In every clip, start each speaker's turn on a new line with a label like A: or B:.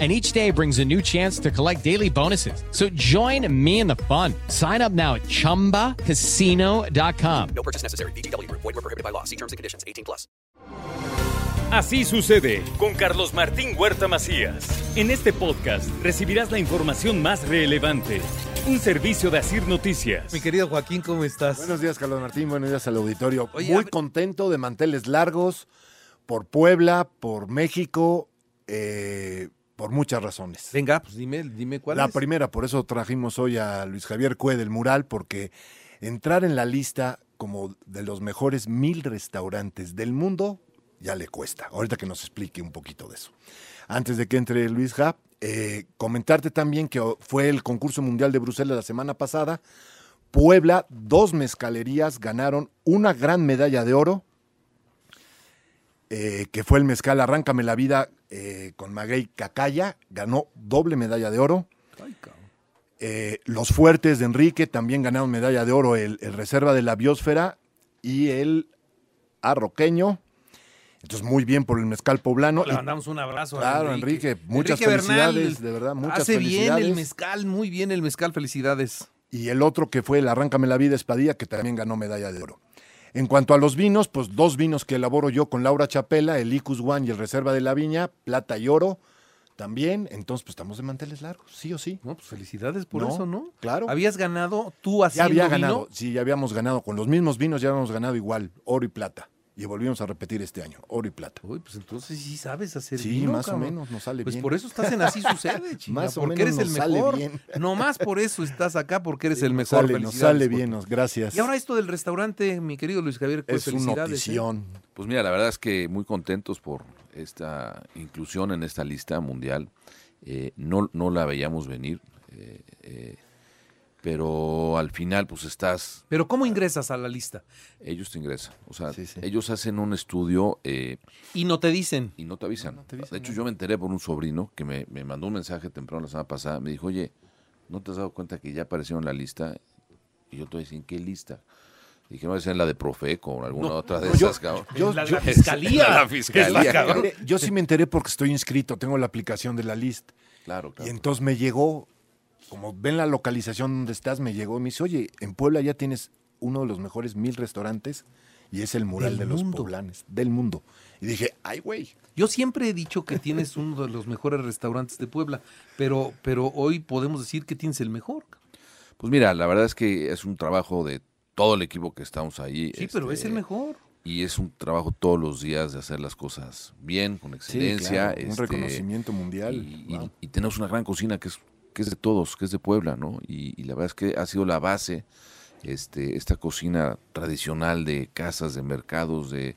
A: and each day brings a new chance to collect daily bonuses. So join me in the fun. Sign up now at ChumbaCasino.com.
B: No purchase necessary. BGW. Void were prohibited by law. See terms and conditions. 18 plus.
C: Así sucede con Carlos Martín Huerta Macías. En este podcast recibirás la información más relevante. Un servicio de Asir Noticias.
D: Mi querido Joaquín, ¿cómo estás?
E: Buenos días, Carlos Martín. Buenos días al auditorio.
D: Oye, a
E: Muy
D: ver-
E: contento de manteles largos por Puebla, por México, eh, por muchas razones.
D: Venga, pues dime, dime cuál
E: La
D: es.
E: primera, por eso trajimos hoy a Luis Javier Cue del Mural, porque entrar en la lista como de los mejores mil restaurantes del mundo ya le cuesta. Ahorita que nos explique un poquito de eso. Antes de que entre Luis Ja, eh, comentarte también que o- fue el concurso mundial de Bruselas la semana pasada. Puebla, dos mezcalerías ganaron una gran medalla de oro, eh, que fue el mezcal Arráncame la Vida eh, con Maguey Cacaya, ganó doble medalla de oro.
D: Ay, cabrón.
E: Eh, los fuertes de Enrique también ganaron medalla de oro, el, el reserva de la biosfera y el arroqueño. Entonces, muy bien por el mezcal poblano.
D: Le
E: Y
D: mandamos un abrazo
E: Claro,
D: a Enrique.
E: Enrique, muchas
D: Bernal
E: felicidades, de verdad, muchas
D: hace bien el
E: felicidades.
D: mezcal, muy bien el mezcal, felicidades.
E: y el otro que fue el Arráncame la Vida Espadilla, que también ganó medalla de oro. En cuanto a los vinos, pues dos vinos que elaboro yo con Laura Chapela, el Icus One y el Reserva de la Viña, plata y oro también. Entonces, pues estamos de manteles largos, sí o sí.
D: No, pues felicidades por
E: No,
D: eso, ¿no?
E: claro.
D: Habías ganado tú
E: Ya
D: haciendo
E: había
D: vino?
E: ganado, sí, ya habíamos ganado. Con los mismos vinos ya habíamos ganado igual, oro y plata. Y volvimos a repetir este año, oro y plata.
D: Uy, pues entonces sí sabes hacer
E: Sí,
D: vino,
E: más o
D: cabrón.
E: menos nos sale
D: Pues
E: bien.
D: por eso estás en Así Sucede, chinga,
E: Más o
D: porque
E: menos
D: eres
E: nos
D: el
E: sale
D: mejor.
E: bien.
D: No más por eso estás acá, porque eres el
E: Nos
D: mejor.
E: sale, nos
D: Felicidades,
E: sale
D: por-
E: bien, nos- gracias.
D: Y ahora esto del restaurante, mi querido Luis Javier, pues
E: es una
D: felicidades. ¿eh?
E: notición.
F: Pues mira, la verdad es que muy contentos por esta inclusión en esta lista mundial. Eh, no, no la veíamos venir, eh, eh, pero al final pues estás,
D: Pero ¿cómo ingresas a la lista?
F: ellos te ingresan. O sea,
E: Sí, sí.
F: ellos hacen un estudio eh,
D: Y no te dicen.
F: y no te avisan.
E: te avisan
F: de hecho, yo me enteré por un sobrino que me, me mandó un mensaje temprano la semana pasada. Me dijo, oye, ¿no te has dado cuenta que ya apareció en la lista? Y yo te dije, ¿en qué lista? Dije, no, es en la de Profeco o alguna otra de
E: No, yo-
F: esas, cabrón.
E: yo-
D: la, de
E: yo-
D: la fiscalía.
F: La fiscalía,
D: Es la cabrón.
E: Eh, Yo sí me enteré porque estoy inscrito, tengo la aplicación de la lista.
F: Claro, claro.
E: Y entonces me llegó, como ven la localización donde estás, me llegó y me dice, oye, en Puebla ya tienes uno de los mejores mil restaurantes y es el mural
D: Del
E: de los
D: mundo.
E: poblanes, del mundo. Y dije, ay, güey,
D: Yo siempre he dicho que tienes uno de los mejores restaurantes de Puebla, pero, pero hoy podemos decir que tienes el mejor.
F: Pues mira, la verdad es que es un trabajo de todo el equipo que estamos ahí.
D: Sí, pero es
F: este,
D: el mejor.
F: Y es un trabajo todos los días de hacer las cosas bien, con excelencia.
E: claro, un
F: este,
E: reconocimiento mundial.
F: Y, y-
E: Wow.
F: y tenemos una gran cocina que es, que es de todos, que es de Puebla, ¿no? Y, y la verdad es que ha sido la base, este, esta cocina tradicional de casas, de mercados, de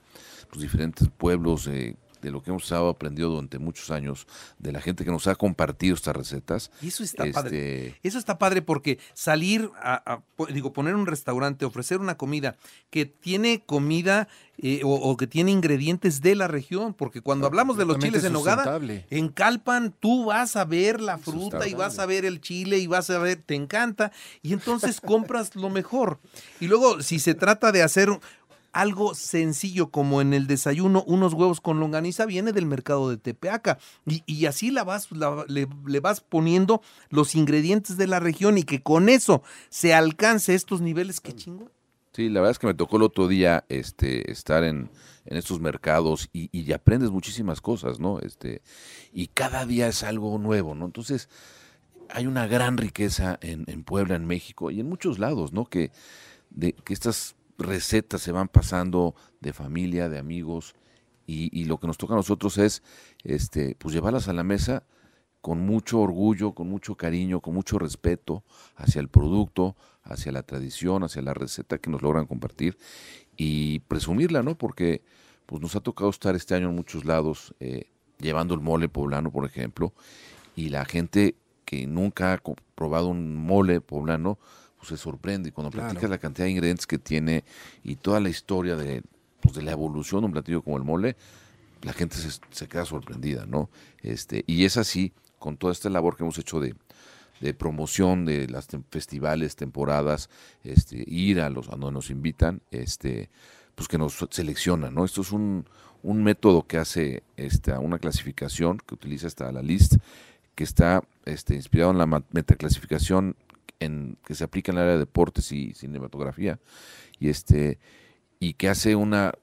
F: pues, diferentes pueblos, de, de lo que hemos estado aprendido durante muchos años, de la gente que nos ha compartido estas recetas.
D: Y eso está padre.
F: Este,
D: Eso está padre porque salir a, a po- digo, poner un restaurante, ofrecer una comida que tiene comida eh, o, o que tiene ingredientes de la región, porque cuando hablamos de los
E: completamente
D: chiles en nogada,
E: sustentable.
D: en Calpan tú vas a ver la fruta y vas a ver el chile y vas a ver, te encanta, y entonces compras lo mejor. Y luego, si se trata de hacer algo sencillo como en el desayuno, unos huevos con longaniza, viene del mercado de Tepeaca. Y, y así la vas, la- le, le vas poniendo los ingredientes de la región y que con eso se alcance estos niveles, qué chingo.
F: Sí, la verdad es que me tocó el otro día este, estar en, en estos mercados y, y aprendes muchísimas cosas, ¿no? Este, y cada día es algo nuevo, ¿no? Entonces, hay una gran riqueza en, en Puebla, en México y en muchos lados, ¿no? Que, de, que estas recetas se van pasando de familia, de amigos, y, y lo que nos toca a nosotros es este, pues llevarlas a la mesa con mucho orgullo, con mucho cariño, con mucho respeto hacia el producto, hacia la tradición, hacia la receta que nos logran compartir y presumirla, ¿no? Porque pues nos ha tocado estar este año en muchos lados eh, llevando el mole poblano, por ejemplo, y la gente que nunca ha co- probado un mole poblano, pues se sorprende. Y cuando
E: Claro.
F: platicas la cantidad de ingredientes que tiene y toda la historia de, pues, de la evolución de un platillo como el mole, la gente se, se queda sorprendida, ¿no? Este, y es así, con toda esta labor que hemos hecho de, de promoción de las tem- festivales, temporadas, este, ir a los a donde nos invitan, este, pues que nos seleccionan, ¿no? Esto es un, un método que hace esta, una clasificación que utiliza esta la list, que está este, inspirado en la ma- metaclasificación en, que se aplica en el área de deportes y cinematografía, y este, y que hace una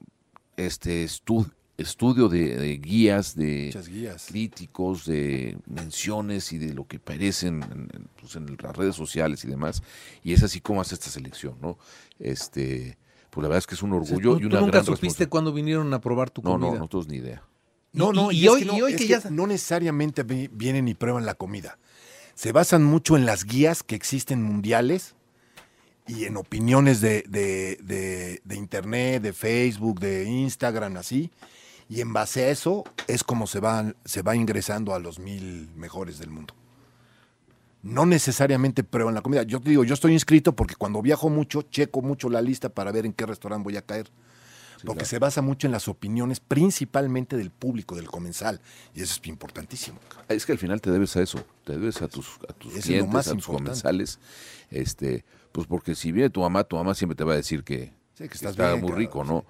F: este estu- estudio de, de guías de
E: Muchas guías.
F: críticos, de menciones y de lo que parecen en, en, pues, en las redes sociales y demás. Y es así como hace esta selección, ¿no? Este, pues la verdad es que es un
D: O sea,
F: orgullo
D: ¿tú-
F: y
D: tú
F: una
D: nunca
F: gran
D: supiste
F: responsabilidad.
D: cuándo vinieron a probar tu
F: No,
D: comida.
F: no, nosotros ni idea.
E: No,
D: Y-
E: no,
D: y
E: es
D: hoy-
E: que no,
D: y hoy
E: es
D: que
E: que
D: ya-
E: no necesariamente vi- vienen y prueban la comida. Se basan mucho en las guías que existen mundiales y en opiniones de, de- de- de internet, de Facebook, de Instagram, así. Y en base a eso es como se, van, se va ingresando a los mil mejores del mundo. No necesariamente prueban la comida. Yo te digo, yo estoy inscrito porque cuando viajo mucho, checo mucho la lista para ver en qué restaurante voy a caer porque se basa mucho en las opiniones principalmente del público, del comensal, y eso es importantísimo. cabrón.
F: Es que al final te debes a eso, te debes a tus, a tus
E: Es lo
F: clientes,
E: más
F: a tus
E: importante.
F: comensales. Este, pues porque si viene tu mamá, tu mamá siempre te va a decir que,
E: Sí, que
F: que
E: estás
F: está
E: bien,
F: muy
E: claro,
F: rico, ¿no?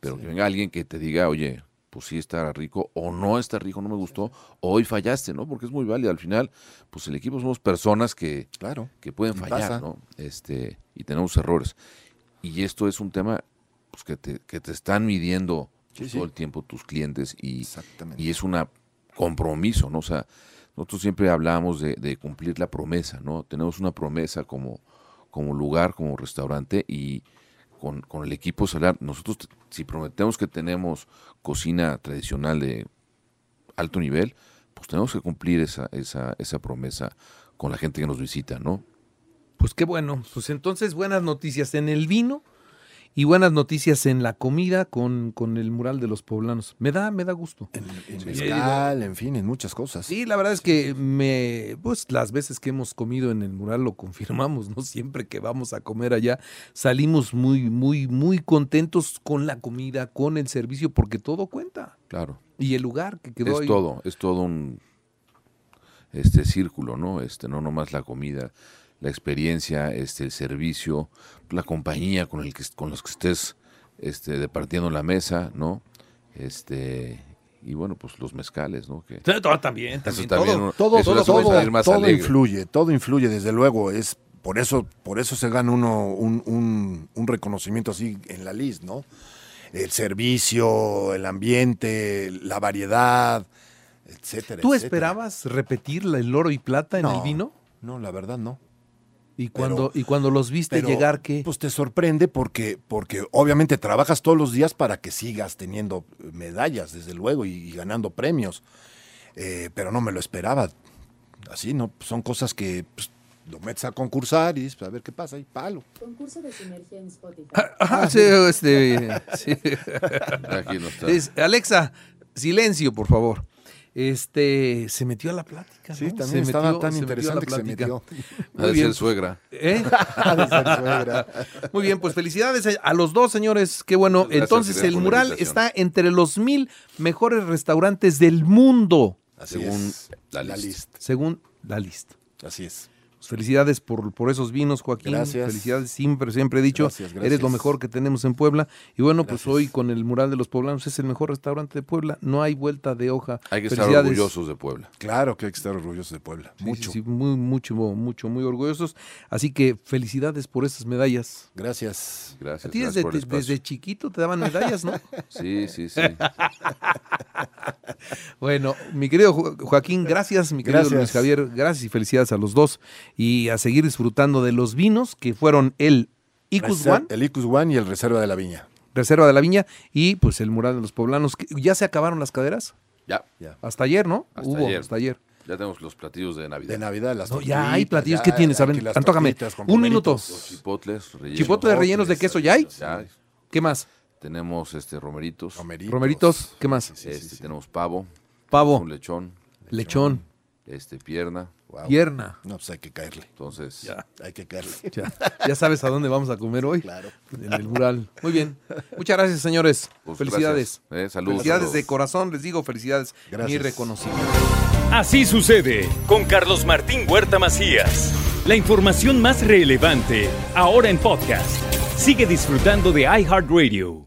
F: Pero que venga alguien que te diga, oye, pues sí está rico, o no está rico, no me gustó, o hoy fallaste, ¿no? Porque es muy válido. Al final, pues el equipo somos personas que,
E: Claro.
F: que pueden
E: Y
F: fallar,
E: pasa.
F: ¿no? Este, y tenemos errores. Y esto es un tema pues, que, te, que te están midiendo pues,
E: sí.
F: todo el tiempo tus clientes y,
E: Exactamente.
F: y es un compromiso, ¿no? O sea, nosotros siempre hablamos de, de cumplir la promesa, ¿no? Tenemos una promesa como, como lugar, como restaurante y con, con el equipo solar. Nosotros, t- si prometemos que tenemos cocina tradicional de alto nivel, pues tenemos que cumplir esa, esa, esa promesa con la gente que nos visita, ¿no?
D: Pues qué bueno. Pues entonces, buenas noticias en el vino y buenas noticias en la comida con, con el mural de los poblanos. Me da, me da gusto.
E: En, en mezcal, en fin, en muchas cosas.
D: Sí, la verdad es que me, pues las veces que hemos comido en el mural lo confirmamos, ¿no? Siempre que vamos a comer allá salimos muy, muy, muy contentos con la comida, con el servicio, porque todo cuenta.
F: Claro.
D: Y el lugar que quedó
F: es
D: ahí.
F: todo, es todo un este círculo, ¿no? Este, no nomás la comida, la experiencia, este, el servicio, la compañía con el que con los que estés este, departiendo la mesa, ¿no? Este, y bueno, pues los mezcales, ¿no? Que
D: Ah, También, también.
F: eso también
E: todo,
F: uno-
E: todo,
F: eso
E: todo,
F: le hace uno
E: todo,
F: salir más
E: todo
F: alegre.
E: influye, todo influye, desde luego. Es por eso, por eso se gana uno un, un- un reconocimiento así en la list, ¿no? El servicio, el ambiente, la variedad, etcétera.
D: ¿Tú
E: etcétera.
D: esperabas repetir la- el oro y plata en
E: No,
D: el vino?
E: No, la verdad no.
D: Y cuando, y cuando los viste
E: Pero,
D: llegar, ¿qué?
E: Pues te sorprende porque, porque obviamente trabajas todos los días para que sigas teniendo eh, medallas, desde luego, y, y ganando premios. Eh, pero no me lo esperaba. Así, ¿no? Son cosas que pues, lo metes a concursar y dices, a ver qué pasa, y palo.
G: Concurso de sinergia en Spotify.
E: ah,
D: Ajá, Ah, sí, este, sí.
F: Aquí no está.
D: Es- Alexa, silencio, por favor. Este, se metió a la plática.
E: Sí,
D: ¿no?
E: también
D: Se
E: estaba
D: metió-
E: tan
D: se metió a la
E: interesante que se
D: plática.
E: metió.
F: Ha de
D: Muy bien.
F: ser suegra.
D: ¿Eh?
E: Ha de ser suegra.
D: Muy bien, pues felicidades a los dos, señores. Qué bueno.
F: Muchas gracias,
D: Entonces,
F: Irene,
D: el
F: por la
D: mural
F: invitación.
D: está entre los mil mejores restaurantes del mundo,
E: Así
F: Según
E: es.
F: la
E: La
F: lista.
D: según la lista.
E: Así es.
D: Pues, Felicidades por, por esos vinos, Joaquín.
E: Gracias.
D: Felicidades, siempre, siempre he dicho,
E: Gracias, gracias.
D: eres lo mejor que tenemos en Puebla. Y bueno, pues hoy con el Mural de los Poblanos es el mejor restaurante de Puebla. No hay vuelta de hoja.
F: Hay que estar
D: Felicidades.
F: orgullosos de Puebla.
E: Claro que hay que estar orgullosos de Puebla.
D: Sí, sí,
E: Mucho.
D: sí, muy, mucho, mucho, muy orgullosos. Así que felicidades por esas medallas.
E: Gracias.
F: Gracias.
D: A ti
F: gracias
D: desde,
F: por el espacio.
D: desde chiquito te daban medallas, ¿no?
F: Sí, sí, sí.
D: Bueno, mi querido Jo- Joaquín, gracias, mi querido
E: Gracias.
D: Luis Javier, gracias y felicidades a los dos. Y a seguir disfrutando de los vinos que fueron el Icus
E: Reser-
D: One,
E: El Icus One y el Reserva de la Viña.
D: Reserva de la Viña, y pues el Mural de los Poblanos. que- ¿Ya se acabaron las caderas?
F: Ya,
D: Hasta ayer, ¿no?
F: Hasta
D: Hubo,
F: ayer.
D: hasta ayer.
F: ya tenemos los platillos de Navidad.
E: De Navidad, las
D: No, ya hay
E: tortillitas,
D: platillos. ¿Qué tienes? A ver,
E: aquí las
D: antójame.
E: tortillitas con
D: Un minuto.
E: romeritos.
F: Los chipotles rellenos.
D: Chipotle rellenos de queso, ¿ya hay?
F: Ya,
D: ¿Qué más?
F: tenemos este romeritos.
E: Romeritos.
D: Romeritos, ¿qué más?
F: este, Tenemos pavo,
D: Pavo,
F: un lechón,
D: lechón,
F: este pierna,
E: Guau.
D: Pierna.
E: No, pues hay que caerle.
F: Entonces,
E: Hay que caerle.
D: Ya, ya sabes a dónde vamos a comer hoy.
E: Claro.
D: En el mural. Muy bien. Muchas gracias, señores.
F: pues,
D: felicidades.
F: gracias, ¿eh? Saludos.
D: Felicidades
F: saludos.
D: de corazón, les digo felicidades.
E: Gracias.
D: Mi reconocido.
C: Así sucede con Carlos Martín Huerta Macías. La información más relevante, ahora en podcast. Sigue disfrutando de iHeartRadio.